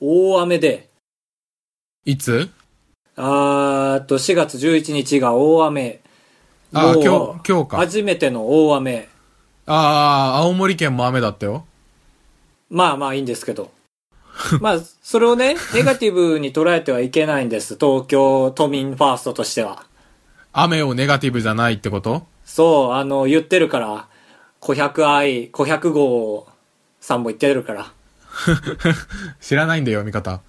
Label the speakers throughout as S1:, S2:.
S1: 大雨で、
S2: いつ
S1: あーっと、4月11日が大雨。
S2: あー
S1: もう
S2: 今日今日か
S1: 初めての大雨。
S2: ああ、青森県も雨だったよ。
S1: まあまあいいんです けど。まあ、それをね、ネガティブに捉えてはいけないんです。東京都民ファーストとしては。
S2: 雨をネガティブじゃないってこと
S1: そう、あの、言ってるから、小百愛、小百号さんも言ってるから。
S2: 知らないんだよ、読み方。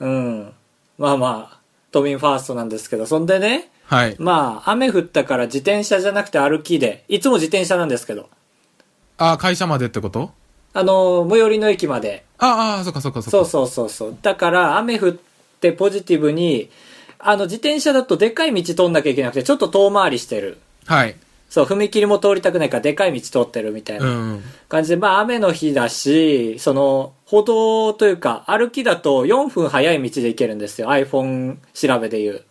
S1: うん。まあまあ、都民ファーストなんですけど、そんでね、
S2: はい。
S1: まあ、雨降ったから自転車じゃなくて歩きで、いつも自転車なんですけど、
S2: ああ、会社までってこと
S1: あの、最寄りの駅まで、
S2: あーあー、そっかそっかそっか。
S1: そうそうそうそう。だから、雨降ってポジティブに、あの、自転車だとでかい道通んなきゃいけなくて、ちょっと遠回りしてる。
S2: はい。
S1: そう、踏切も通りたくないから、でかい道通ってるみたいな。
S2: うん。
S1: 感じで、まあ雨の日だし、その、歩道というか、歩きだと4分早い道で行けるんですよ。iPhone 調べで言う。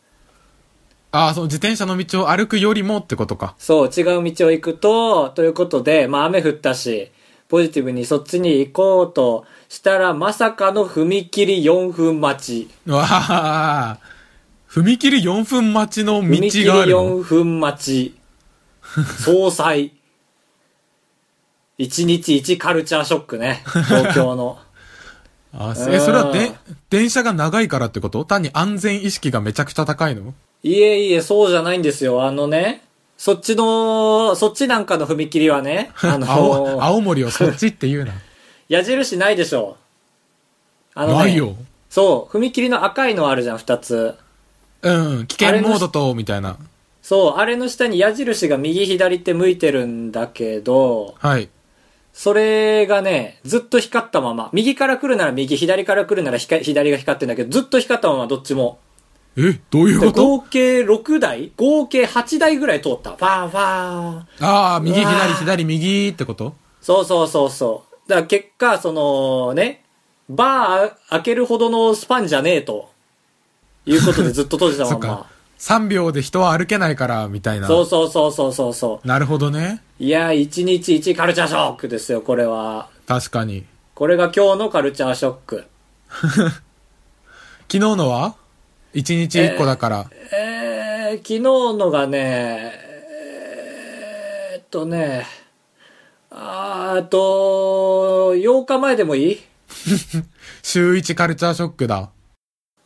S2: ああ、その自転車の道を歩くよりもってことか。
S1: そう、違う道を行くと、ということで、まあ雨降ったし、ポジティブにそっちに行こうとしたら、まさかの踏切4分待ち。
S2: わあ、踏切4分待ちの道
S1: 踏切
S2: があるの
S1: 4分待ち。総裁。1日1カルチャーショックね。東京の。う
S2: あえ、
S1: ん
S2: それはで、電車が長いからってこと単に安全意識がめちゃくちゃ高いの
S1: いえいえ、そうじゃないんですよ。あのね、そっちの、そっちなんかの踏切はね、あ
S2: 青、
S1: の、
S2: 青森をそっちって言うな。
S1: 矢印ないでしょ。あのね
S2: ないよ。
S1: そう、踏切の赤いのあるじゃん、二つ。
S2: うん、危険モードと、みたいな。
S1: そう、あれの下に矢印が右左って向いてるんだけど、
S2: はい。
S1: それがね、ずっと光ったまま。右から来るなら右、左から来るなら光左が光ってんだけど、ずっと光ったまま、どっちも。
S2: え、どういう
S1: で
S2: こと
S1: 合計6台合計8台ぐらい通った。ファーファー。
S2: ああ、右、
S1: うわー
S2: 左、左、右ってこと
S1: そうそうそうそう。だから結果、そのね、バー開けるほどのスパンじゃねえと。いうことでずっと閉じた
S2: そ
S1: ま
S2: っ
S1: んま
S2: か。。3秒で人は歩けないから、みたいな。
S1: そうそうそうそうそうそう。
S2: なるほどね。
S1: いやー、1日1カルチャーショックですよ、これは。
S2: 確かに。
S1: これが今日のカルチャーショック。
S2: 昨日のは ?1 日1個だから。
S1: えー、昨日のがね、えーっとね、あーっと、8日前でもいい
S2: 週1カルチャーショックだ。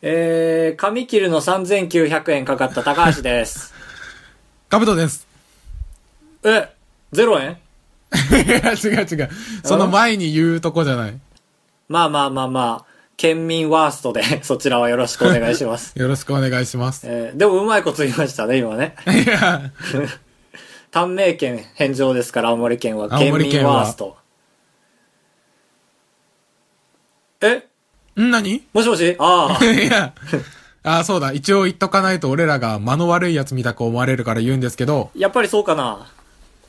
S1: えー、髪切るの3900円かかった高橋です。
S2: カブトです。
S1: え、0円
S2: いや、違う違う。その前に言うとこじゃない。
S1: まあまあまあまあ、県民ワーストで、 そちらはよろしくお願いします。
S2: よろしくお願いします。
S1: えーでもうまいこと言いましたね、今ね。
S2: いや、
S1: 短命県返上ですから、青森県は。
S2: 青
S1: 県
S2: 森
S1: 民
S2: 県は
S1: ワースト。え
S2: ん何
S1: もしもしああ。
S2: いや、あ、そうだ。一応言っとかないと俺らが間の悪い奴みたく思われるから言うんですけど、
S1: やっぱりそうかな。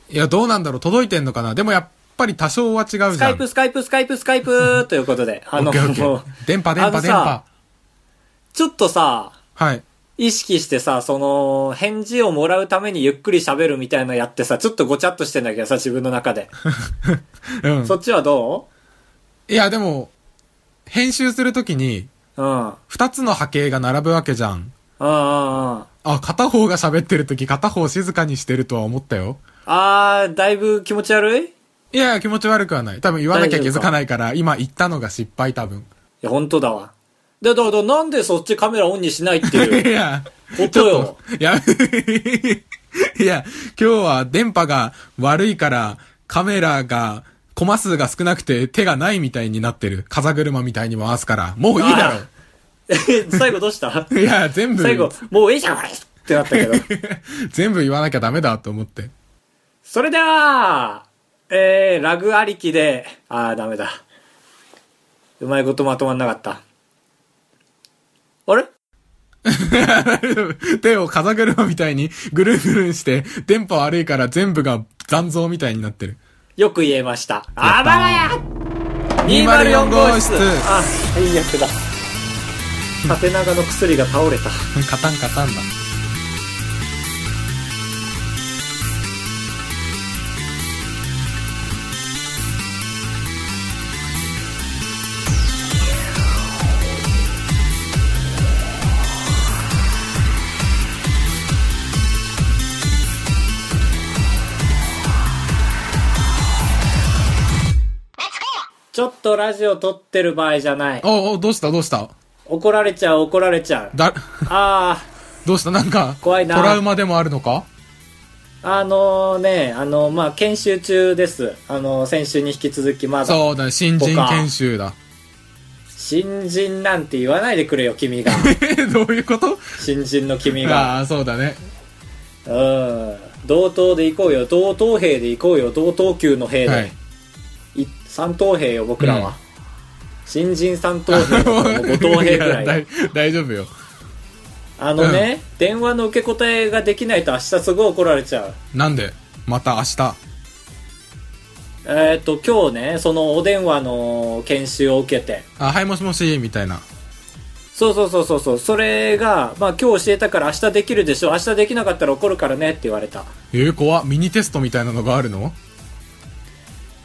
S2: いや、どうなんだろう届いてんのかなでもやっぱり多少は違う
S1: ス
S2: じゃ
S1: カ
S2: ん。
S1: イプ、スカイプ、スカイプ、スカイ プ、ということで。あ
S2: オッケーオッケ
S1: もう
S2: ー。 電波、電
S1: あの
S2: 波、
S1: さ
S2: 電波。
S1: ちょっとさ、
S2: はい。
S1: 意識してさ、その、返事をもらうためにゆっくり喋るみたいなのやってさ、ちょっとごちゃっとしてんだけどさ、自分の中で。
S2: うん
S1: そ。っちはど
S2: いや、でも、編集するときに、
S1: ううん。うん
S2: 二つの波形が並ぶわけじゃん。
S1: うんうん。
S2: あ、片方が喋ってるとき、片方静かにしてるとは思ったよ。
S1: あー、だいぶ気持ち悪いい
S2: いや、気持ち悪くはない。多分言わなきゃ
S1: 大
S2: 気
S1: 丈夫か
S2: づかないから、今言ったのが失敗多分。
S1: や、本当だわ。で、だから、なんでそっちカメラオンにしないって
S2: い
S1: いう
S2: や、
S1: ことよ。
S2: いや、いや、今日は電波が悪いから、カメラが、コマ数が少なくて手がないみたいになってる。風車みたいに回すから。もういいだ
S1: え最後どうした
S2: ろ。いや、全部、
S1: 最後、もういいじゃん、これってなったけど。
S2: 全部言わなきゃダメだと思って。
S1: それでは、えー、ラグありきで、あー、ダメだ。うまいことまとまんなかった。あれ
S2: 手を風車みたいにぐるんぐるんして、電波悪いから全部が残像みたいになってる。
S1: よく言えました。あばらや
S2: 204号室
S1: あ、最悪だ。縦長の薬が倒れた。
S2: カタンカタンだ。
S3: 「
S1: とラジオ撮ってる場合じゃない。
S2: おうおうどうしたどうした
S1: 怒られちゃう、怒られちゃう。
S2: だ、
S1: あ
S2: どうしたなんか、
S1: 怖いな
S2: トラウマでもあるのか
S1: あ、あのね、あの、まあ、研修中です。あの、先週に引き続きまだ。
S2: そうだ、新人研修だ。
S1: 新人なんて言わないでくれよ、君が。
S2: え、どういうこと
S1: 新人の君が。
S2: ああー、そうだね。
S1: うん。同等で行こうよ、同等兵で行こうよ、同等級の兵で。
S2: はい。
S1: い三等兵よ、僕らは。
S2: うん
S1: 新人三等兵とかも五等兵 ぐらい
S2: や大大丈夫よ。
S1: あのね、電話の受け答えができないと明日すぐ怒られちゃう。
S2: なんでまた明日。
S1: えっ、と、今日ね、そのお電話の研修を受けて。
S2: あ、はい、もしもし、みたいな。
S1: そうそうそうそうそう。それが、まあ今日教えたから明日できるでしょ。明日できなかったら怒るからねって言われた。
S2: えー、怖っミニテストみたいなのがあるの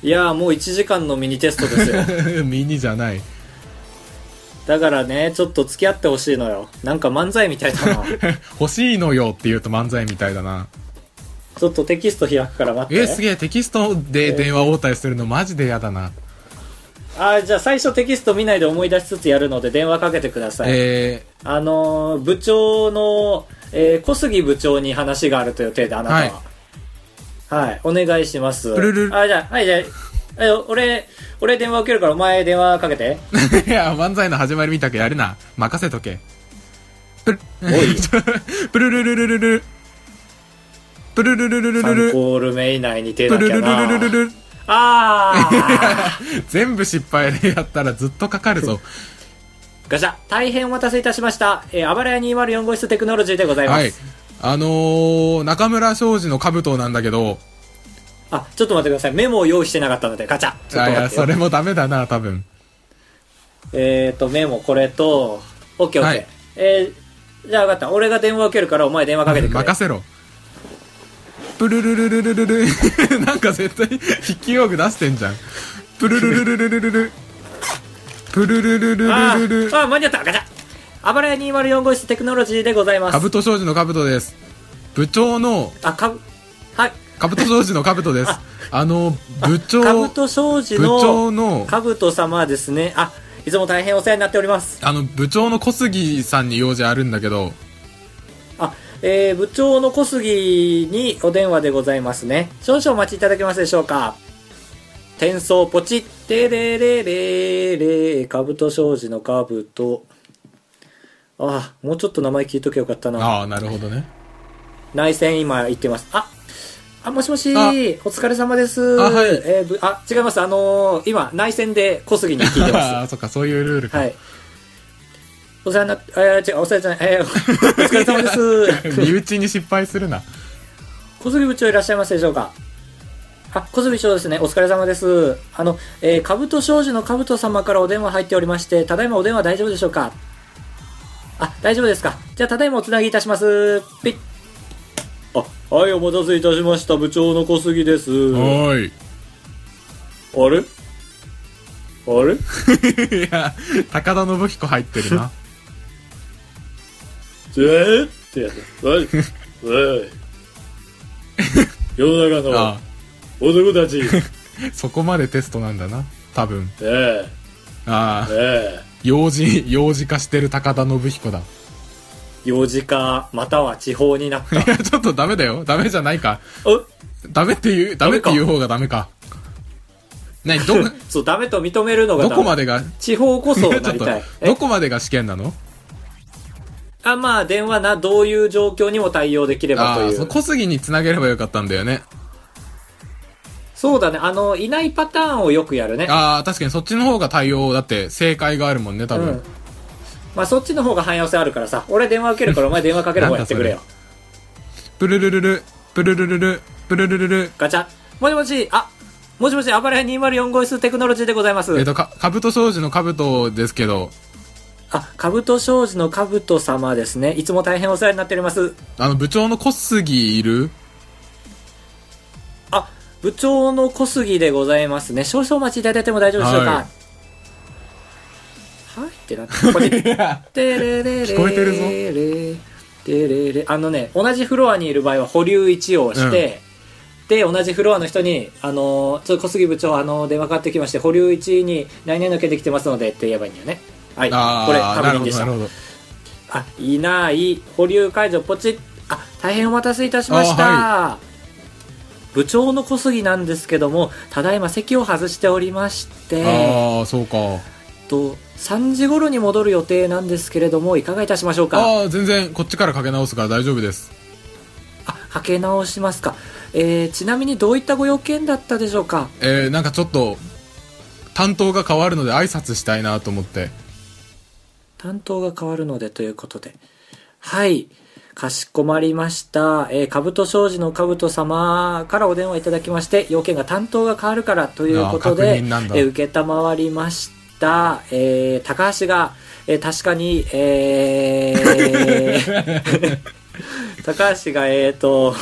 S1: いやーもう1時間のミニテストですよ。
S2: ミニじゃない。
S1: だからね、ちょっと付き合ってほしいのよ。なんか漫才みたいだ な。
S2: 欲しいのよって言うと漫才みたいだな。
S1: ちょっとテキスト開くから待っ
S2: えー、す
S1: て。
S2: げえ、テキストで電話応対するのマジで嫌だな。
S1: あーじゃあ最初テキスト見ないで思い出しつつやるので電話かけてください。
S2: え
S1: あのー部長の、えー小杉部長に話があるという体であなたははい、お願いします
S2: プルルル
S1: あじゃあはいじゃああ俺俺電話受けるからお前電話かけ て
S2: ー、いや、漫才の始まりみたくやるな。任せとけ。 プル、
S1: おい
S2: プルルルルルルル。プルルルルル
S1: 3
S2: ルルル。
S1: コール目以内に出
S2: プ
S1: なき
S2: ル
S1: ゃ
S2: ルル
S1: な
S2: ルルルル。
S1: ああ
S2: 全部失敗でやったらずっとかかるぞ。
S1: ガチャ大変お待たせいたしました、えー、暴れ屋204号室テクノロジーでございます、
S2: はい。あのー、中村庄司の兜なんだけど、
S1: あちょっと待ってくださいメモを用意してなかったのでガチャちょっ
S2: あ
S1: と待
S2: いや、
S1: ってよ
S2: それもダメだな、多分。
S1: えっ、ー、とメモこれと OKOK、
S2: はい
S1: えーじゃあ分かった俺が電話受けるからお前電話かけてくれ
S2: 任せろ。プルルルルルルルなんか絶対、筆記用具出してんじゃん。プルルルルルルルル。プルルルル
S1: あ
S2: ルルル。
S1: あ、間に合ったガチャあばらや204号室テクノロジーでございま
S2: カ
S1: す。
S2: ブト庄司の兜です。部長の、
S1: あ、かぶ、はい。
S2: カブト庄司の兜です。あの、部
S1: か
S2: 長
S1: ぶ、と庄司
S2: 部長
S1: の、
S2: の、
S1: かぶと様ですね。あ、いつも大変お世話になっております。
S2: あの、部長の小杉さんに用事あるんだけど、
S1: あ、えー、部長の小杉にお電話でございますね。少々お待ちいただけますでしょうか。転送ポチッ、てれれれれ、かぶと庄司のかぶと。あ、もうちょっと名前聞いとけよかったな。
S2: ああ、なるほどね。
S1: 内戦今行ってます。あ、あ、もしもし、お
S2: あ
S1: 疲れ様です。
S2: あはい
S1: えーぶあ、違います。あのー今、内戦で小杉に聞いて
S2: あ
S1: ま
S2: あ、そっか、そういうルール
S1: す。
S2: か。
S1: はい。お世話になっ、えー違う、お世話じゃない、えーお疲れ様です。
S2: 身内に失敗するな。
S1: 小杉部長いらっしゃいますでしょうかあ、小杉部長ですね。お疲れ様です。あの、えー、かぶと少女のかぶと様からお電話入っておりまして、ただいまお電話大丈夫でしょうかあ、大丈夫ですかじゃあ、ただいまおつなぎいたします。ピッ。あ、はい、お待たせいたしました。部長の小杉です。あ
S2: おーい。
S1: れあれ
S2: いや、高田信彦入ってるな。
S1: えー、ってやつ。はい。は い。世の中
S2: あ
S1: 男たち。
S2: あ、そこまでテストなんだな。多分。
S1: え
S2: ああ、
S1: え
S2: 幼児、幼児化してる高田信彦だ。い
S1: 幼児化、または地方にな った。
S2: や、ちょっとダメだよ。ダメじゃないか。
S1: お
S2: ダメって言う、ダメって言う方がダメか。なに、ど、
S1: そう、 ダメと認めるのが
S2: どこま
S1: で
S2: でが、
S1: 地方こ
S2: ち
S1: そ
S2: ょっ
S1: なり
S2: と
S1: たい。、え
S2: どこまでが試験なの
S1: あ、まあ、電話な、どういう状況にも対応できれば
S2: あ
S1: と
S2: あ、
S1: い。
S2: そう小杉につなげればよかったんだよね。
S1: そうだね。あの、いないパターンをよくやるね。
S2: ああ、確かにそっちの方が対応、だって正解があるもんね、多
S1: う
S2: 分。
S1: ん。まあ、そっちの方が汎用性あるからさ。俺電話受けるから、お前電話かける方やってくれよ
S2: なん。プルルルル、プルルルル、プルルルル。
S1: ガチャ。もしもし、あ、もしもし、暴れ屋204号室テクノロジーでございます。
S2: えっと、か、兜掃除の兜ですけど、
S1: あ、かぶと商事のかぶと様ですね。いつも大変お世話になっております。
S2: あの、部長の小杉い る
S1: あ、部長の小杉でございますね。少々お待ちいただいても大丈夫でしょうか。
S2: は
S1: はいい、ってなって、これ、てれれれ
S2: 聞こえてるぞ
S1: れれれあのね、同じフロアにいる場合は保留1をして、で、同じフロアの人に、あのーちょっと小杉部長、あのー電話かかってきまして、保留1に来年の件できてますのでって言えばいいんだよね。はい。
S2: あ
S1: これ、
S2: あ、
S1: 確
S2: なる
S1: 認
S2: ほ
S1: で
S2: ど、
S1: し
S2: な
S1: た
S2: る。ほど。
S1: あ、いない、保留解除、ポチッ。あ、大変お待たせいたしました。部長の小杉なんですけども、ただいま席を外しておりまして、
S2: ああ、そうか。
S1: と、3時頃に戻る予定なんですけれども、いかがいたしましょうか
S2: ああ、全然、こっちからかけ直すから大丈夫です。
S1: あ、かけ直しますか。えーちなみにどういったご用件だったでしょうか
S2: えー、なんかちょっと、担当が変わるので挨拶したいなと思って。
S1: 担当が変わるのでということで。はい。かしこまりました。えー、かぶと商事のかぶと様からお電話いただきまして、要件が担当が変わるからということ
S2: あー
S1: で、
S2: 確認なんだ
S1: えー、受けたまわりました。えー、高橋が、えー、確かに、えー、 高橋が、えーと、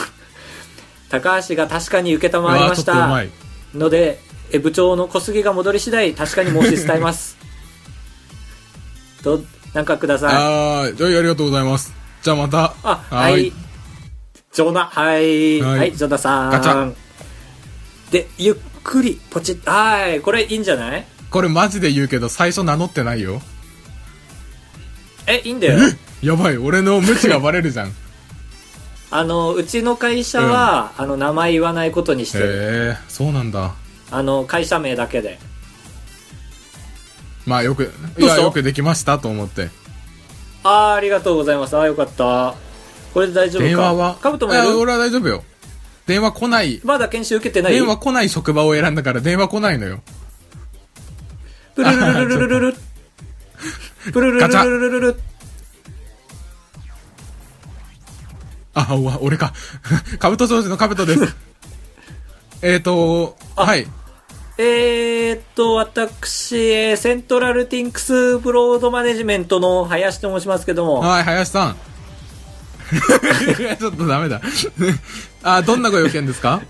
S1: 高橋が確かに受けたまわり
S2: あ
S1: ま
S2: ーち
S1: し
S2: ょっとう
S1: た。
S2: まい。
S1: のでえ部長の小杉が戻り次第確かに申し伝えます となんかくださいあ
S2: ああ、はいありがとうございます。じゃあまた。
S1: はいジョナはいは、
S2: はいい
S1: ジョナさん
S2: ガチャ
S1: でゆっくりポチッはいこれいいんじゃない
S2: これマジで言うけど、最初名乗ってないよ。
S1: えいいんだよ
S2: やばい、俺の無知がバレるじゃん。 へ
S1: あのうちの会社は、あの名前言わないことにしてる
S2: え、そうなんだ。
S1: あの会社名だけで
S2: まあよく、いや、
S1: 嘘
S2: よくできましたと思って。
S1: あーありがとうございますあーよかったこれで大丈夫か
S2: 電話は、
S1: カブトもい
S2: いや
S1: る
S2: 俺は大丈夫よ。電話来ない、
S1: まだ研修受けてない
S2: 電話来ない職場を選んだから電話来ないのよ。
S1: プルルルルルルルルプルルルルルルルル
S2: あ、おわ俺か。 カブト長司のカブ トです。えっと、はい。
S1: えーっと、私、えーセントラルティンクスブロードマネジメントの林と申しますけども、
S2: はい、林さん。 ちょっとダメだ。 あ、どんなご用件ですか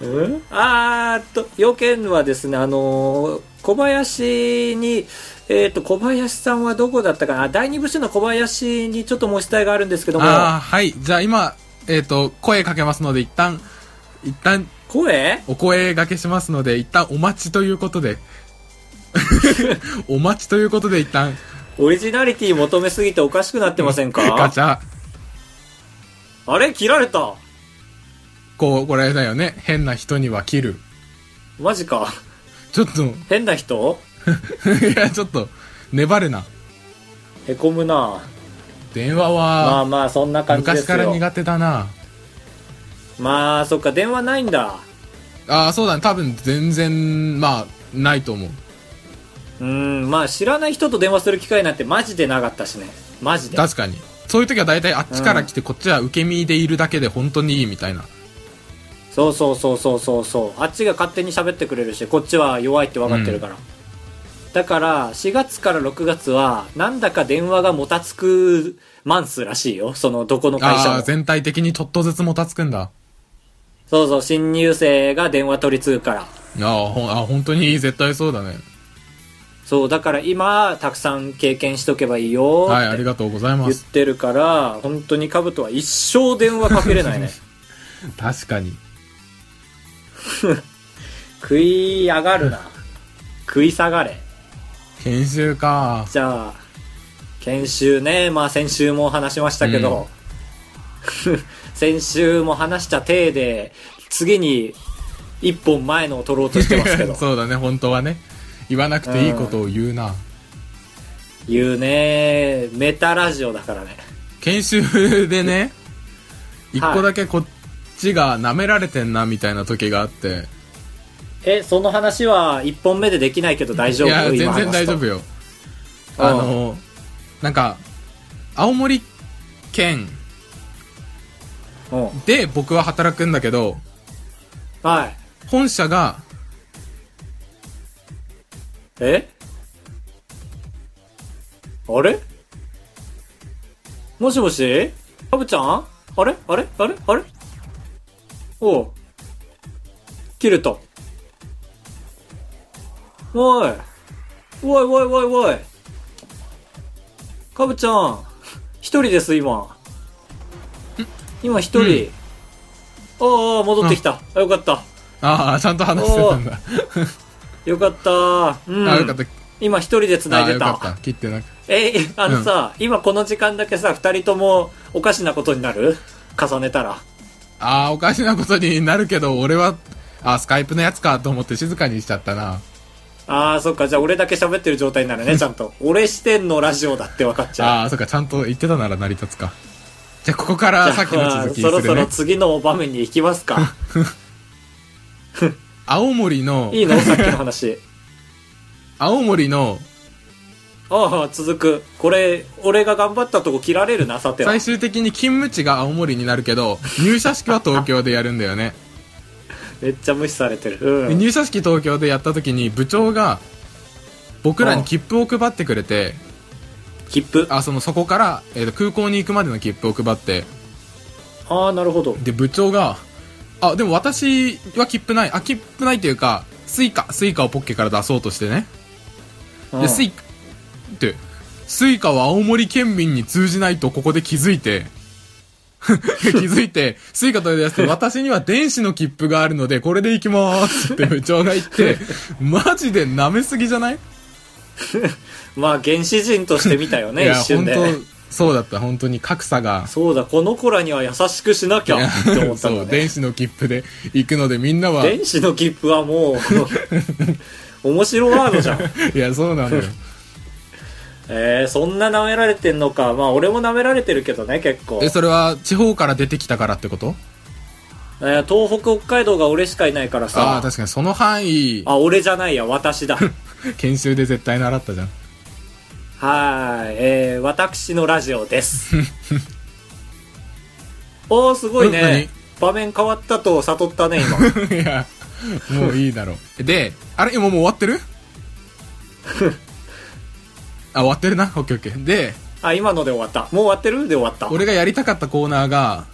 S1: うんあーっと、要件はですね、あのー小林に、えーっと、小林さんはどこだったかなあ第二部署の小林にちょっと申し伝えがあるんですけども、
S2: あーはい。じゃあ今、えっ、と、声かけますので、一旦、一旦、
S1: 声
S2: お声掛けしますので、一旦お待ちということで。 お待ちということで、一旦、
S1: オリジナリティ求めすぎておかしくなってません
S2: ガ
S1: か
S2: チャ。
S1: あれ切られた
S2: こう、これだよね。変な人には切る。
S1: マジか。
S2: ちょっと、
S1: 変な人
S2: いや、ちょっと、粘るな。
S1: へこむな
S2: 電話
S1: まあ
S2: は、
S1: まあ、そんな感じですよ
S2: 昔から苦手だな。
S1: まあ、そっか、電話ないんだ。
S2: ああ、そうだね。多分、全然、まあ、ないと思う。
S1: うん、まあ知らない人と電話する機会なんてマジでなかったしね。マジで。
S2: 確かに。そういう時は大体あっちから来て、こっちは受け身でいるだけで本当にいいみたいな。
S1: そうそうそうそうそうそう。あっちが勝手に喋ってくれるし、こっちは弱いって分かってるから。だから、4月から6月は、なんだか電話がもたつくマンスらしいよ。その、どこの会社
S2: ああー、
S1: も。
S2: 全体的にちょっとずつもたつくんだ。
S1: そうそう、新入生が電話取り継ぐから。
S2: ああ、ほん、あ本当に絶対そうだね。
S1: そう、だから今、たくさん経験しとけばいいよ
S2: はい、
S1: っ
S2: あり
S1: て
S2: がとうございま
S1: 言っ
S2: す。
S1: てるから、本当にカブトは一生電話かけれない ね。
S2: 確かに。
S1: 食い上がるな。食い下がれ。
S2: 研修か。
S1: じゃあ、研修ね、まあ先週も話しましたけど、 先週も話した体で、次に一本前のを取ろうとしてますけど、
S2: そうだね、本当はね。言わなくていいことを言うな。
S1: 言うね、メタラジオだからね。
S2: 研修でね、一
S1: はい
S2: 個だけこっちが舐められてんなみたいな時があって。
S1: え、その話は一本目でできないけど大丈夫
S2: いや、全
S1: 今話す
S2: 然
S1: と
S2: 大丈夫よ。あの、なんか、青森県
S1: うん
S2: で僕は働くんだけど、
S1: はい。
S2: 本社が、
S1: えあれもしもしハブちゃんあれあれあれあれおう。切れた。おい。おいおいおいおい。カブちゃん、一人です、今。今一人。ああ、戻ってきた。あ、よかった。
S2: ああ、ちゃんと話してたんだ。
S1: よかった。うん。
S2: ああ、よかった。
S1: 今一人で繋い
S2: ああ、
S1: で
S2: よ
S1: た。
S2: かった。切ってなく。
S1: え、あのさ、今この時間だけさ、二人ともおかしなことになる重ねたら。
S2: ああ、おかしなことになるけど、俺は、ああ、スカイプのやつかと思って静かにしちゃったな。
S1: ああ、そっか。じゃあ俺だけ喋ってる状態になるね、ちゃんと。俺してんのラジオだって分かっちゃう。
S2: ああ、そっか、ちゃんと言ってたなら成り立つか。じゃあ、ここからさっきの続きす
S1: じゃあそろ
S2: る
S1: そろ
S2: ね。
S1: 次の場面に行きます か。
S2: 青森の、
S1: いいのさっきの話。
S2: 青森の
S1: ああ、続く。これ、俺が頑張ったとこ切られるな、さては
S2: 最。終的に勤務地が青森になるけど、入社式は東京でやるんだよね。
S1: めっちゃ無視されてる。 うん。
S2: 入社式東京でやった時に部長が、僕らに切符を配ってくれて、
S1: 切符。
S2: あ、その、そこから、えーと空港に行くまでの切符を配って、
S1: ああ、なるほど。
S2: で、部長が、あ、でも私は切符ない。あ、切符ないというか、スイカ、スイカをポッケから出そうとしてね。
S1: うん
S2: で、スイカ、って、スイカは青森県民に通じないとここで気づいて、 気づいて、スイカ取り出して、私には電子の切符があるので、これで行きますって部長が言って、マジで舐めすぎじゃない
S1: まあ、原始人として見たよ
S2: い
S1: ね、
S2: や、
S1: 一瞬
S2: 本
S1: で。
S2: 当そうだった。本当に格差が。
S1: そうだ、この子らには優しくしなきゃって思ったん
S2: そ
S1: だ
S2: う、
S1: ね
S2: 電。子の切符で行くので、みんなは、
S1: 電子の切符はもう、面白ワードじゃん。
S2: いや、そうなのよ。
S1: えー、そんな舐められてんのか。まあ、俺も舐められてるけどね、結構。
S2: え、それは地方から出てきたからってこと
S1: えー東北、北海道が俺しかいないから
S2: ああ
S1: さ
S2: ー、。確かにその範囲、
S1: あ、俺じゃないや、私 だ。
S2: 研修で絶対習っ たじゃん。
S1: はーい、えー、私のラジオ です。おー、すごいね。場面変わったと悟ったね、 今。
S2: 何いや、もういいだろう。で、あれ今もう終わっ てるあ、終わってるな。オッケーオッケー。で、
S1: あ、今ので終わった。もう終わってるで終わった。
S2: 俺がやりたかったコーナーが、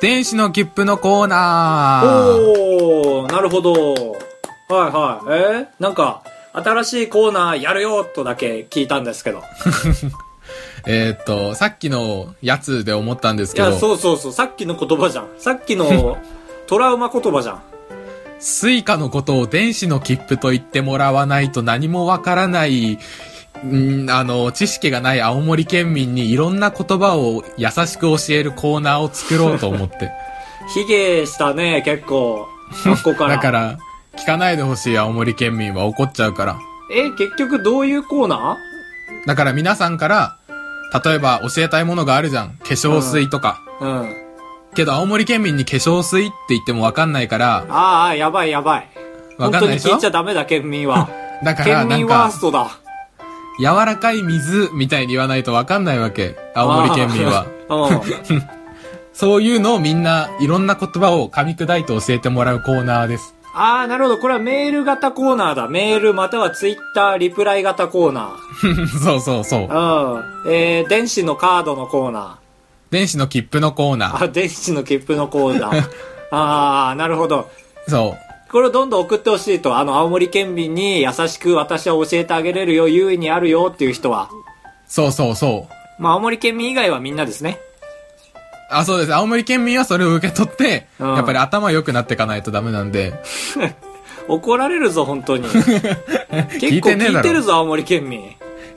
S2: 電子の切符のコーナー
S1: おー、なるほど。はいはい。えー、なんか、新しいコーナーやるよとだけ聞いたんですけど。
S2: えーっと、さっきのやつで思ったんです
S1: い
S2: け
S1: や、
S2: ど、
S1: そうそうそう、さっきの言葉じゃん。さっき のトラウマ言葉じゃん。
S2: スイカのことを電子の切符と言ってもらわないと何もわからない、んあの、知識がない青森県民にいろんな言葉を優しく教えるコーナーを作ろうと思って。
S1: ヒゲしたね、結構。あ っこから。
S2: だから、聞かないでほしい青森県民は怒っちゃうから。
S1: えー、結局どういうコーナー
S2: だから皆さんから、例えば教えたいものがあるじゃん。化粧水とか。
S1: うん。
S2: けど青森県民に化粧水って言ってもわかんないから、
S1: ああ、やばいやばい。
S2: わ
S1: 本
S2: かん
S1: 当
S2: ない
S1: に
S2: でし
S1: 聞
S2: ょ
S1: いちゃダメだ、県民は。
S2: だ から
S1: 県
S2: なん
S1: 民ワー
S2: か
S1: ス、トだ。
S2: 柔らかい水みたいに言わないとわかんないわけ。青森県民は。
S1: あー。 うん
S2: そういうのをみんないろんな言葉を噛み砕いて教えてもらうコーナーです。
S1: あー、なるほど。これはメール型コーナーだ。メールまたはツイッターリプライ型コーナ
S2: そうそうそう。
S1: ー。うん。えー、電子のカードのコーナ
S2: 電子の切符のコーナ
S1: ー。
S2: ー。
S1: あ、電子の切符のコーナ ー。あー、なるほど。
S2: そ
S1: これをどんどん送ってほしいと、あの、青森県民に優しく私は教えてあげれるよ、優位にあるよっていう人は。
S2: う。そうそうそう。
S1: まあ、青森県民以外はみんなですね。
S2: あ、そうです。青森県民はそれを受け取って、
S1: うん
S2: やっぱり頭良くなっていかないとダメなんで。
S1: 怒られるぞ、本当 に。結
S2: 聞い
S1: 構
S2: てねえ
S1: 聞
S2: だろ
S1: いてるぞ、青森県民。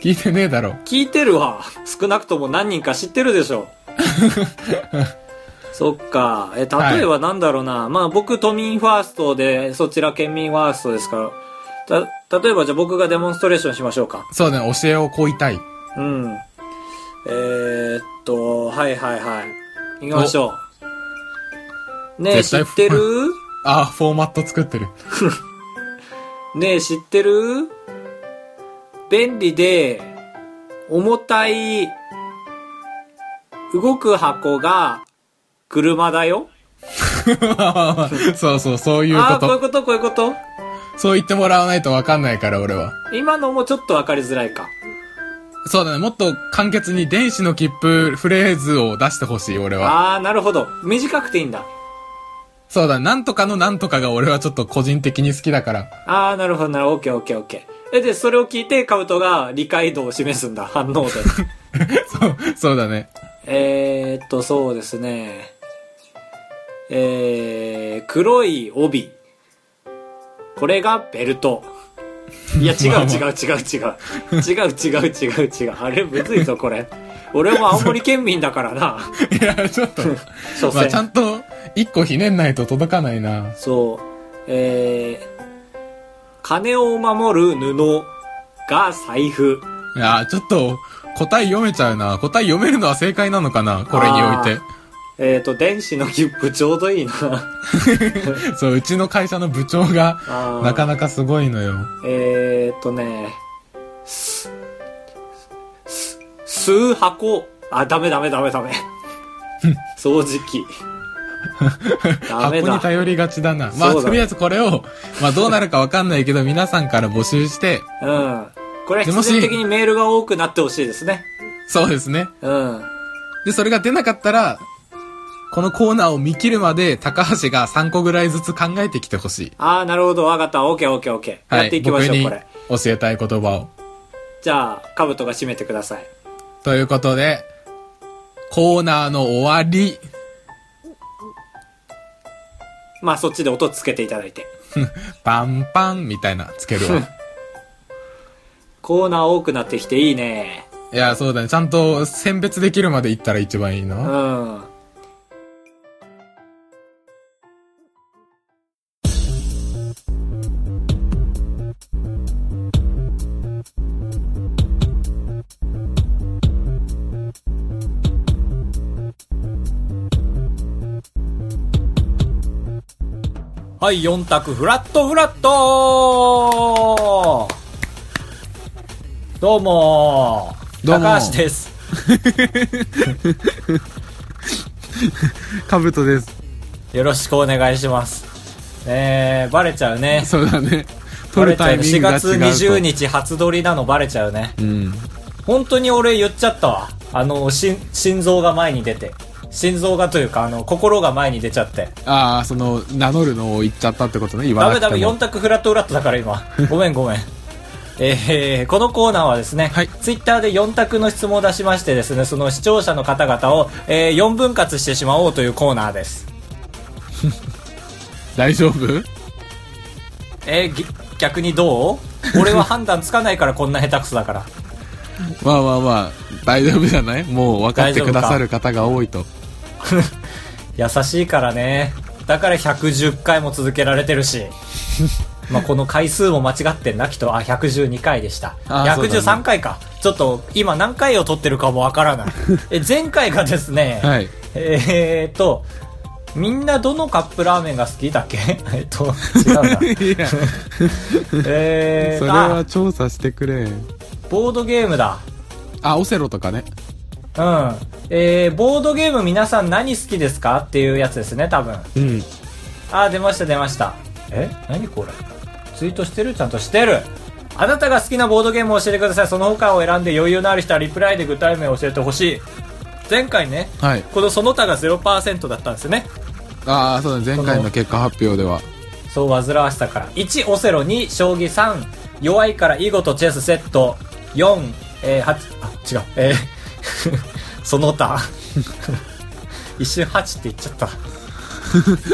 S2: 聞いてねえだろ。
S1: 聞いてるわ少なくとも何人か知ってるでし ょそっかえ例えばなんだろうな、まあ僕都民ファーストでそちら県民ファーストですからた例えばじゃあ僕がデモンストレーションしましょうか
S2: そうだね。教えをこういたい。
S1: うんえー、っとはいはいはい行きましょうねえ
S2: 絶
S1: 知って
S2: 対
S1: る
S2: あ、フォーマット作ってる。
S1: ねえ知ってる便利で重たい動く箱が車だよ。
S2: そうそう、そういう
S1: ああー、こ
S2: こ
S1: ういう
S2: と。
S1: こと、こういうこと。
S2: そう言ってもらわないとわかんないから、俺は。
S1: 今のもちょっとわかりづらいか。
S2: そうだね。もっと簡潔に電子の切符フレーズを出してほしい、俺は。
S1: ああ、なるほど。短くていいんだ。
S2: そうだね。なんとかのなんとかが俺はちょっと個人的に好きだから。
S1: ああ、なるほど、なるほど。オッケー、オッケー、オッケー。え、で、それを聞いて、カブトが理解度を示すんだ、反応で。
S2: そう、そうだね。
S1: えー、っと、そうですね。えー、黒い帯。これがベルト。いや、違う
S2: まあま
S1: 違う
S2: あ
S1: 違う違う。違う違う違う違う。あれ、むずいぞ、これ。俺も青森県民だからな。
S2: いや、ちょっと、
S1: 所
S2: まあ、
S1: 詮
S2: ちゃんと、一個ひねんないと届かないな。
S1: そう。えー、金を守る布が財布。
S2: いや、ちょっと、答え読めちゃうな。答え読めるのは正解なのかなこれにおいて。
S1: えー、と、電子の切符ちょうどいいな。
S2: そう、うちの会社の部長が、
S1: あー
S2: なかなかすごいのよ。
S1: えー、っとね、す、す、数箱。あ、ダメダメダメダメ。掃除機。ダメ
S2: 箱に
S1: だ。
S2: 頼りがちだな。まあ、
S1: そうだね
S2: とりあえずこれを、まあ、どうなるかわかんないけど、皆さんから募集して、
S1: うん。これ
S2: で
S1: 必
S2: もし
S1: 然的にメールが多くなってほしいですね。
S2: そうですね。
S1: うん。
S2: で、それが出なかったら、このコーナーを見切るまで、高橋が3個ぐらいずつ考えてきてほしい。
S1: あー、なるほど。わかった。オッケーオッケーオッケー。
S2: は
S1: やっていきましょう、こ
S2: 僕に
S1: れ。
S2: 教えたい言葉を。
S1: じゃあ、カブトが締めてください。
S2: ということで、コーナーの終わり。
S1: まあ、そっちで音つけていただいて。
S2: パンパンみたいな、つけるわ。
S1: コーナー多くなってきていいね。
S2: いや、そうだね。ちゃんと選別できるまで行ったら一番いいう な。
S1: ん。はい、4択、フラットフラットどうも
S2: どうも
S1: 高橋です。
S2: かぶとです。
S1: よろしくお願いします。ねえ、バレちゃうね。
S2: そうだ ね。
S1: バ
S2: 取
S1: レち
S2: る
S1: ゃ
S2: タ
S1: う
S2: イ
S1: ね。
S2: ミ
S1: 4
S2: ングが違う
S1: 月
S2: と。
S1: 20日初撮りなのバレちゃうね。
S2: うん。
S1: 本当に俺言っちゃったわ。あの、心、心臓が前に出て。心臓がというか、あの、心が前に出ちゃって。
S2: ああ、その、名乗るのを言っちゃったってことね、言わ
S1: ダ
S2: な
S1: メ
S2: くて
S1: ダメ、
S2: も。
S1: 4択フラットフラットだから 今。ごめんごめん。えー、このコーナーはですね、
S2: はい
S1: ツイッターで4択の質問を出しましてですね、その視聴者の方々を、え4分割してしまおうというコーナーです。
S2: 大丈夫
S1: えーぎ逆にどう俺は判断つかないからこんな下手くそだから。
S2: まあまあまあ、大丈夫じゃないもう分かってくださる方が多いと。
S1: 優しいからねだから110回も続けられてるし まあこの回数も間違ってんなきっとあ112回でした
S2: あーそうだ
S1: 113
S2: ね
S1: 回か、ちょっと今何回を撮ってるかもわから ないえ前回がですね、
S2: はい。
S1: えーっとみんなどのカップラーメンが好きだっけ えっと違うな
S2: いや、
S1: え
S2: そ
S1: ーと
S2: れは
S1: あ
S2: 調査してくれ。
S1: ボードゲームだ
S2: あ、オセロとかね。
S1: うんえー、ボードゲーム皆さん何好きですかっていうやつですね多分
S2: うん。
S1: あー出ました出ましたえ何これツイートしてるちゃんとしてるあなたが好きなボードゲームを教えてくださいその他を選んで余裕のある人はリプライで具体名を教えてほしい前回ね
S2: はい。
S1: このその他が0%だったんですよね
S2: ああ、そうだね。前回の結果発表では。
S1: そう煩わしさから1オセロ2将棋3弱いから囲碁とチェスセット4えー、8あ違うえー、 その他一瞬8って言っちゃ った、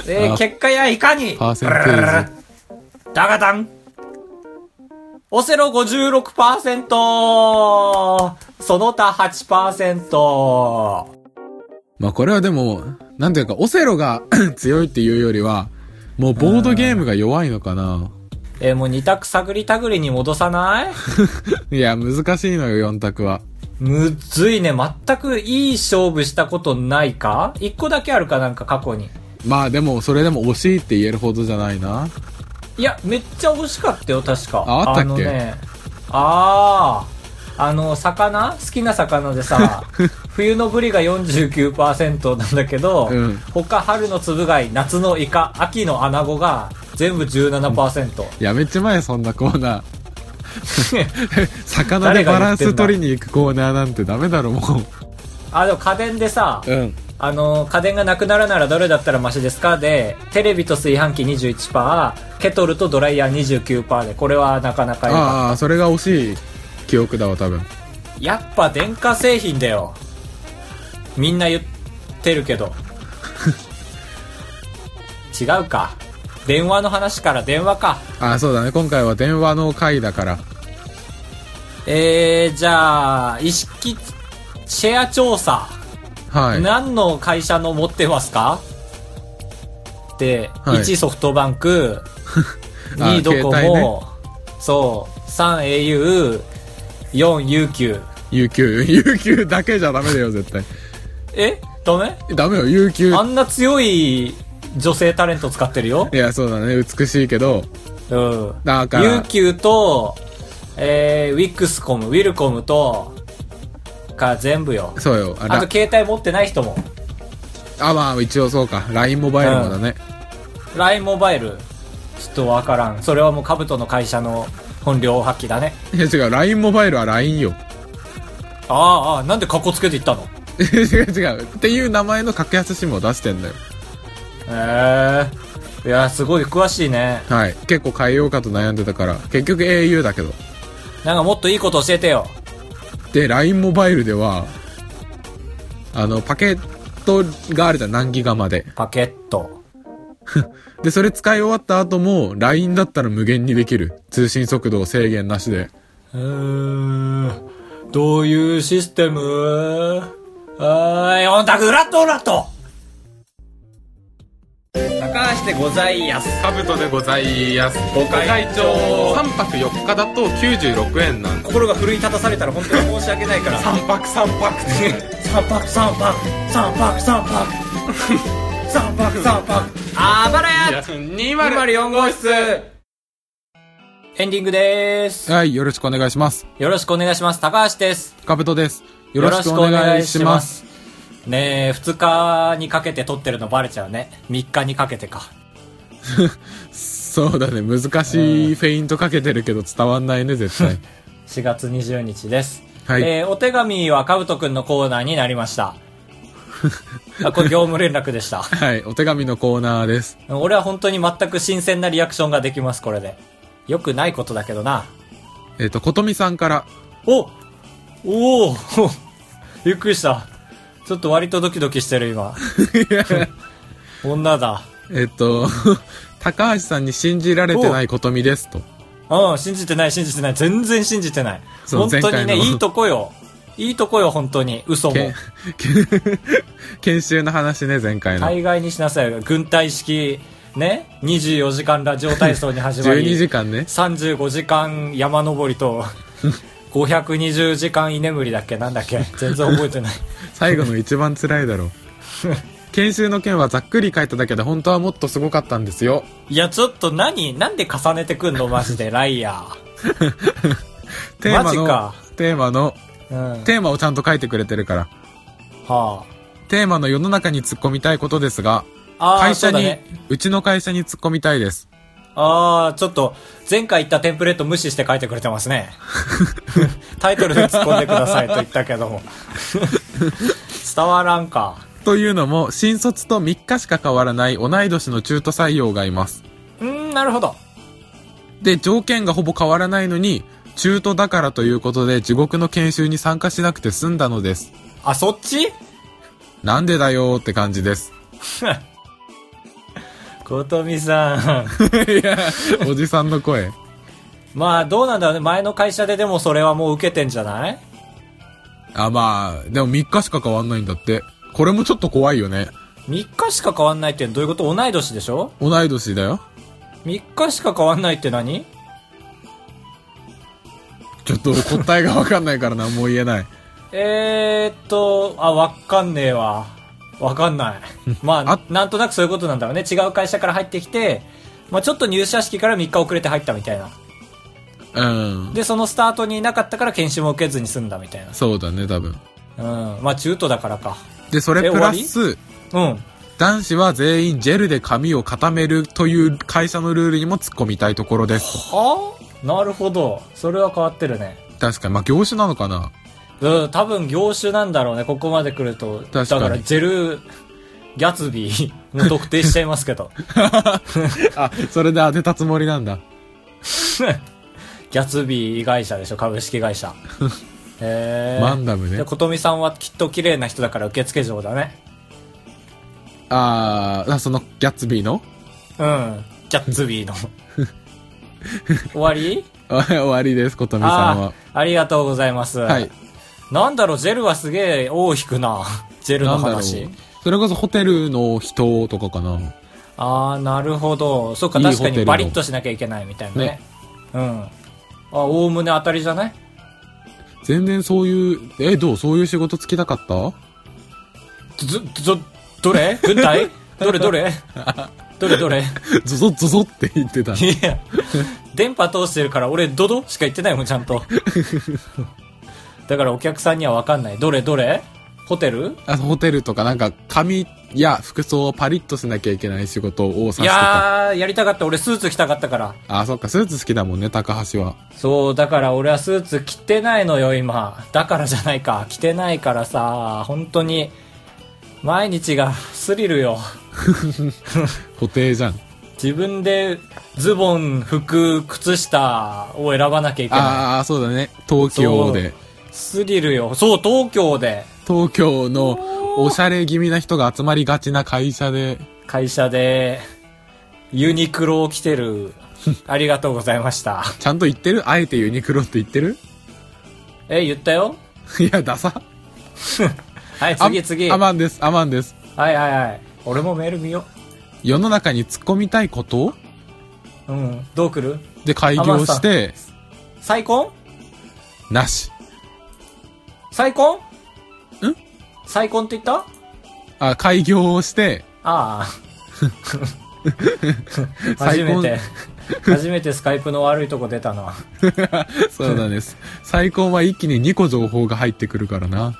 S1: えー、
S2: あ
S1: 結果やいかに
S2: パーセンテージ。
S1: ダガダンオセロ56%その他8%
S2: まあこれはでも、なんていうか、オセロが 強いっていうよりは、もうボードゲームが弱いのかな。
S1: えー、もう二択探り探りに戻さない
S2: いや、難しいのよ、4択は。
S1: むっずいね。全くいい勝負したことないか一個だけあるかなんか過去に。
S2: まあでも、それでも惜しいって言えるほどじゃないな。
S1: いや、めっちゃ惜しかったよ、確か。
S2: ああったっけ
S1: のね、ああ、あの、魚好きな魚で さ、冬のブリが49%なんだけど、
S2: うん
S1: 他春のつぶ貝、夏のイカ、秋のアナゴが全部17%。
S2: やめちまえ、そんなコーナー。 魚
S1: 誰
S2: で
S1: が
S2: バ
S1: 言
S2: ラ
S1: っ
S2: ン
S1: てんだ
S2: ス取りに行くコーナーなんてダメだろ、もう。
S1: あ、でも家電でさ、
S2: うん。
S1: あの、家電がなくなるならどれだったらマシですかで、テレビと炊飯器21%、ケトルとドライヤー29%で、これはなかなか良かった
S2: ああ、それが惜しい記憶だわ、多分。
S1: やっぱ電化製品だよ。みんな言ってるけど。違うか。電話の話から電話か。
S2: あ、そうだね。今回は電話の回だから。
S1: えー、じゃあ、意識、シェア調査。
S2: はい。
S1: 何の会社の持ってますかで、
S2: はい
S1: 1ソフトバン ク、
S2: あ
S1: 2ドコ
S2: 携帯ね
S1: モ、そう、3au、4UQ。
S2: 有給。 有給だけじゃダメだよ、絶対。
S1: えダメ
S2: ダメよ、有給。
S1: あんな強い女性タレント使ってるよ
S2: い。や、そうだね。美しいけど。
S1: うん。
S2: だから
S1: UQ と、えー、ウィックスコム、ウィルコムと、か全部よ。
S2: そうよ。あ
S1: あと
S2: ら
S1: 携帯持ってない人も。
S2: あ、まあ、一応そうか。LINE モバイルもだね。
S1: LINE モバイル。ちょっとわからん。それはもうカブトの会社の本領発揮だね。
S2: いや、違う。LINE モバイルは LINE よ。
S1: ああ、ああ、なんで格好つけていったの
S2: 違う違う。っていう名前の格安 SIM を出してんだよ。
S1: ええー。いや、すごい詳しいね。
S2: はい。結構変えようかと悩んでたから。結局 au だけど。
S1: なんかもっといいこと教えてよ。
S2: で、LINE モバイルでは、あの、パケットがあるじゃん。何ギガまで。
S1: パケット。
S2: で、それ使い終わった後も、LINE だったら無限にできる。通信速度制限なしで。
S1: うーん。どういうシステムはーい、オンタク、ラット、ラット高橋でございやす。
S2: カブトでございます。ご
S1: 会長
S2: 3泊4日だと96円なんで
S1: 心が奮い立たされたら本当に申し訳ないから。
S2: 3泊3泊って。
S1: 三泊三泊、三泊三泊。三泊三泊。あばらや
S2: 204
S1: !204 号室エンディングでーす。
S2: はい、よろしくお願いします。
S1: よろしくお願いします。高橋です。
S2: カブトです。よろしくお願
S1: よろしく
S2: いします。
S1: お願いします。ねえ、2日にかけて撮ってるのバレちゃうね。3日にかけてか。
S2: そうだね、難しいフェイントかけてるけど伝わんないね、絶対。
S1: 4月20日です。
S2: はい
S1: えーお手紙はかぶとくんのコーナーになりま した。あ、これ業務連絡でした。
S2: はい、お手紙のコーナーです。
S1: 俺は本当に全く新鮮なリアクションができます、これで。よくないことだけどな。
S2: えっ、と、ことみさんから、
S1: おお おびっくりした。ちょっと割とドキドキしてる、今。 女だ。
S2: えっ、と、 高橋さんに信じられてないことみですと。
S1: うん、信じてない、信じてない。全然信じてない。
S2: そ
S1: 本
S2: う
S1: 当にね、
S2: 前回の
S1: いいとこよ。いいとこよ、本当に。嘘
S2: け
S1: も
S2: ん。 研修の話ね、前回の。
S1: 大概にしなさいよ。軍隊式、ね。24時間ラジオ体操に始 まり。
S2: 12時間ね。
S1: 35時間山登り と、520時間居眠りだっけなんだっけ全然覚えてない。
S2: 最後の一番辛いだろう。研修の件はざっくり書いただけで、本当はもっとすごかったんですよ。
S1: いや、ちょっと何なんで重ねてくんのマジで、ライア
S2: テーマの
S1: マジか、
S2: テーマの、
S1: ー。うん。
S2: テーマをちゃんと書いてくれてるから。
S1: は
S2: テーマの世の中に突っ込みたいことですが、
S1: あ。あー
S2: 会社
S1: そうだ
S2: に、う
S1: ね、
S2: ちの会社に突っ込みたいです。
S1: ああ、ちょっと、前回言ったテンプレート無視して書いてくれてますね。 タイトルで突っ込んでくださいと言ったけど も。伝わらんか。
S2: というのも、新卒と3日しか変わらない同い年の中途採用がいます。
S1: うーん、なるほど。
S2: で、条件がほぼ変わらないのに、中途だからということで地獄の研修に参加しなくて済んだのです。
S1: あ、そっち
S2: なんでだよーって感 じです。
S1: ことみさん。
S2: おじさんの声。
S1: まあ、どうなんだろうね。前の会社ででもそれはもう受けてんじゃない
S2: あ、まあ、でも3日しか変わんないんだって。これもちょっと怖いよね。
S1: 3日しか変わんないってどういうこと同い年でしょ
S2: 同い年だよ。
S1: 3日しか変わんないって何
S2: ちょっと答えがわかんないから何も言えない。
S1: えー、っとあわかんねえわわかんないま あ
S2: あ
S1: なんとなくそういうことなんだろうね違う会社から入ってきて、まあ、ちょっと入社式から3日遅れて入ったみたいな
S2: うん。
S1: でそのスタートにいなかったから研修も受けずに済んだみたい
S2: そうだね、多分。
S1: なうんまあ中途だからか
S2: で、それ
S1: え
S2: プラ
S1: 終
S2: ス、
S1: うん
S2: 男子は全員ジェルで髪を固めるという会社のルールにも突っ込みたいところです。
S1: はあなるほどそれは変わってるね
S2: 確かに。まあ、業種なのかな
S1: うん多分業種なんだろうねここまで来ると
S2: かに
S1: だからジェルギャツビー の特定しちゃいますけど
S2: あ、それで当てたつもりなんだ。
S1: ギャツビー会社でしょ株式会社へー
S2: マンダムね
S1: じゃあ琴美さんはきっと綺麗な人だから受付嬢だね
S2: あーあ、そのギャッツビーの
S1: うんギャッツビーの終わり
S2: 終わりです、ことみさん
S1: あ
S2: は。
S1: あありがとうございます、
S2: はい。
S1: なんだろうジェルはすげえ尾を引くなジェルの
S2: なんだろう
S1: 話。
S2: それこそホテルの人とかかな。
S1: ああなるほどそっか
S2: いい
S1: 確か
S2: ホテル
S1: に
S2: の
S1: バリッとしなきゃいけないみたいなね
S2: ね
S1: うんあおおむね当たりじゃない
S2: 全然そういう、え、どうそういう仕事つきたかった
S1: ずずどれ軍隊どれどれどれどれ
S2: ゾゾゾゾって言ってた。
S1: いや、電波通してるから俺ドドしか言ってないもん、ちゃんと。だからお客さんにはわかんない。どれどれホテル
S2: あホテルとかなんか髪や服装をパリッとしなきゃいけない仕事を指し
S1: い
S2: てた。
S1: やー、やりたかった。俺スーツ着たかったから。
S2: あ、そっか、スーツ好きだもんね、高橋は。
S1: そう、だから俺はスーツ着てないのよ、今。だからじゃないか。着てないからさ、本当に、毎日がスリルよ。
S2: 固定じゃん。
S1: 自分でズボン、服、靴下を選ばなきゃいけない。
S2: ああ、そうだね。東京で。
S1: スリルよ。そう、東京で。
S2: 東京のおしゃれ気味な人が集まりがちな会社で。
S1: 会社でユニクロを着てるありがとうございました
S2: ちゃんと言ってるあえてユニクロって言ってる
S1: え言ったよ
S2: いや、ダサ。
S1: はい次次
S2: ア
S1: はい
S2: マンです、アマンです。
S1: はいはい俺もメール見よ
S2: 世の中に突っ込みたいこと
S1: ううんどう来る
S2: で開業して、
S1: 再婚
S2: なし。
S1: 再婚
S2: ん
S1: 再婚って言った
S2: あ、開業 をして、
S1: ああ初
S2: 再
S1: め
S2: 婚
S1: て 初めてスカイプの悪いとこ出たな
S2: そうなんです。再婚は一気に2個情報が入ってくるからな。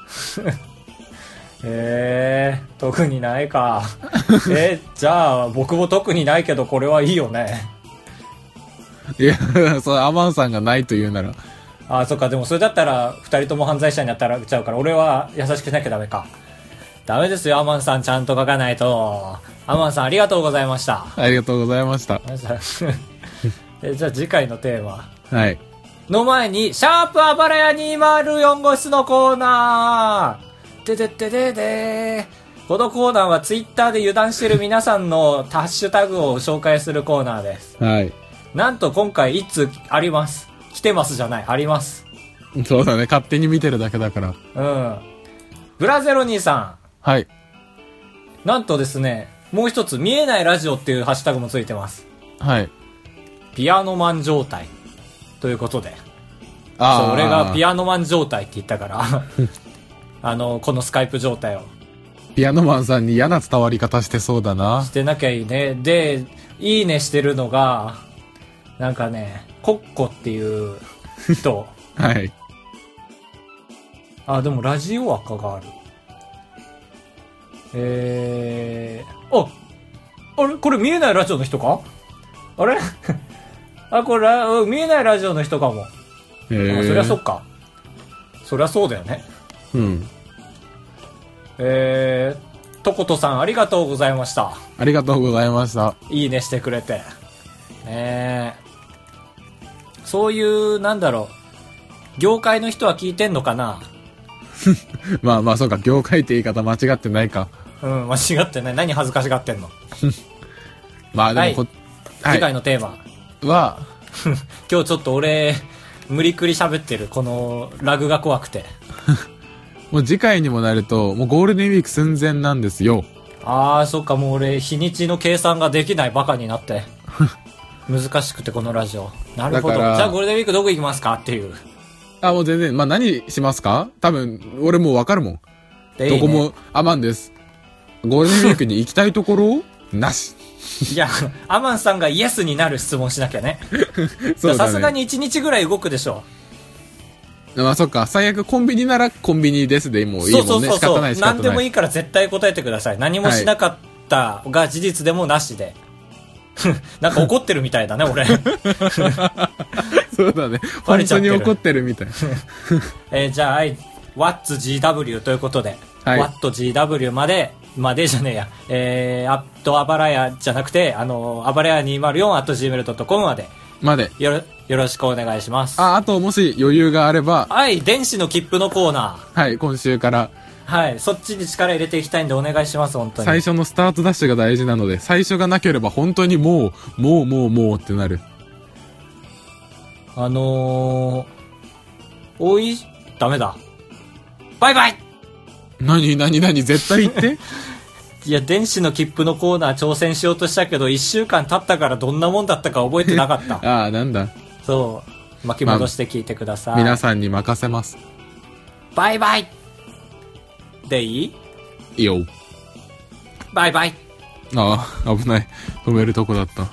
S1: へえ特にない かえじゃあ僕も特にないけどこれはいいよね
S2: いや、 そう、アマンさんがないと言うなら。
S1: あそっかでもそれだったら2人とも犯罪者になったらちゃうから俺は優しくしなきゃダメかダメですよアマンさんちゃんと書かないとアマンさんありがとうございました
S2: ありがとうございました。
S1: えじゃあ次回のテーマ
S2: はい。
S1: の前にシャープあばらや204号室のコーナーてててててこのコーナーはツイッターで油断してる皆さんのハッシュタグを紹介するコーナーです
S2: はい。
S1: なんと今回1通あります来てますじゃないあります
S2: そうだね。勝手に見てるだけだから。
S1: うん。ブラゼロ兄さ
S2: はい。
S1: ん。なんとですね、もう一つ、見えないラジオっていうハッシュタグもついてます。
S2: はい。
S1: ピアノマン状態。ということで。
S2: あ
S1: そう、俺がピ
S2: ア、
S1: アノマン状態って言ったから。 あの、このスカイプ状態を。
S2: ピアノマンさんに嫌な伝わり方してそうだな
S1: し。てなきゃいいね。で、いいねしてるのが、なんかね、コッコっていう人。
S2: はい。
S1: あ、でもラジオ赤がある。えー、あ、あれこれ見えないラジオの人かあれ あ、これラ、うん見えないラジオの人かも。
S2: え
S1: あ
S2: ー、
S1: そりゃそっか。そりゃそうだよね。
S2: うん。
S1: えー、とことさんありがとうございました。
S2: ありがとうございました。
S1: いいねしてくれて。ねえそういう、なんだろう。業界の人は聞いてんのかな
S2: まあまあ、そうか。業界って言い方間違ってないか。
S1: うん、間違ってない。何恥ずかしがってんの、
S2: まあでもこ、は
S1: 次回
S2: い。
S1: のテーマ。
S2: は、
S1: 今日ちょっと俺、無理くり喋ってる。この、ラグが怖くて。
S2: もう次回にもなると、もうゴールデンウィーク寸前なんですよ。
S1: あー、そっか、もう俺、日にちの計算ができないバカにな って。難しくて、このラジオ。なるほど。
S2: だ
S1: じ
S2: から
S1: ゃあゴールデンウィークどこ行きますかっていう。
S2: あ、もう全然、まあ何しますか多分、俺もうわかるもん。
S1: で
S2: ど
S1: い
S2: こ。
S1: いね
S2: もアマンです。ゴールデンウィークに行きたいとこ ろなし。
S1: いや、アマンさんがイエスになる質問しなきゃね。じゃ
S2: そ
S1: あ
S2: う
S1: さ
S2: だ
S1: す
S2: ね。
S1: がに1日ぐらい動くでしょ
S2: まあそっか、最悪コンビニならコンビニですでもういい
S1: そうそ
S2: もん
S1: う
S2: ね。
S1: そう
S2: 仕
S1: そ
S2: 方
S1: う。
S2: ない仕方な
S1: 何
S2: い。
S1: でもいいから絶対答えてください。何もしなかったが事実でもなしで。 なんか怒ってるみたいだね、 俺。
S2: そうだね。
S1: バレ
S2: 本
S1: ちゃっ
S2: 当
S1: て
S2: に
S1: る
S2: 怒ってるみたい。
S1: えーじゃあ、はい、What'sGW ということで、
S2: はい
S1: WhatGW まで、までじゃねえや、えー、あとあばらやじゃなくて、あの、あばらや204 at gmail.com まで
S2: まで。
S1: よろ、よよろしくお願いします。
S2: あ、あともし余裕があれば、
S1: はい、電子の切符のコーナ
S2: はい、今週から、
S1: ー。はい、そっちに力入れていきたいんでお願いします、本当
S2: 最
S1: に。
S2: 初のスタートダッシュが大事なので、最初がなければ本当にもう、もうもうもうってなる。
S1: あのー、おい、ダメだ。バイバイ
S2: 何何何絶対言って。
S1: いや、電子の切符のコーナー挑戦しようとしたけど、一週間経ったからどんなもんだったか覚えてなかっ た。
S2: ああ、なんだ。
S1: そう。巻き戻して聞いてください。
S2: 皆さんに任せます。
S1: バイバイでいい
S2: いいよ。
S1: バイバイ
S2: ああ、危ない。止めるとこだった。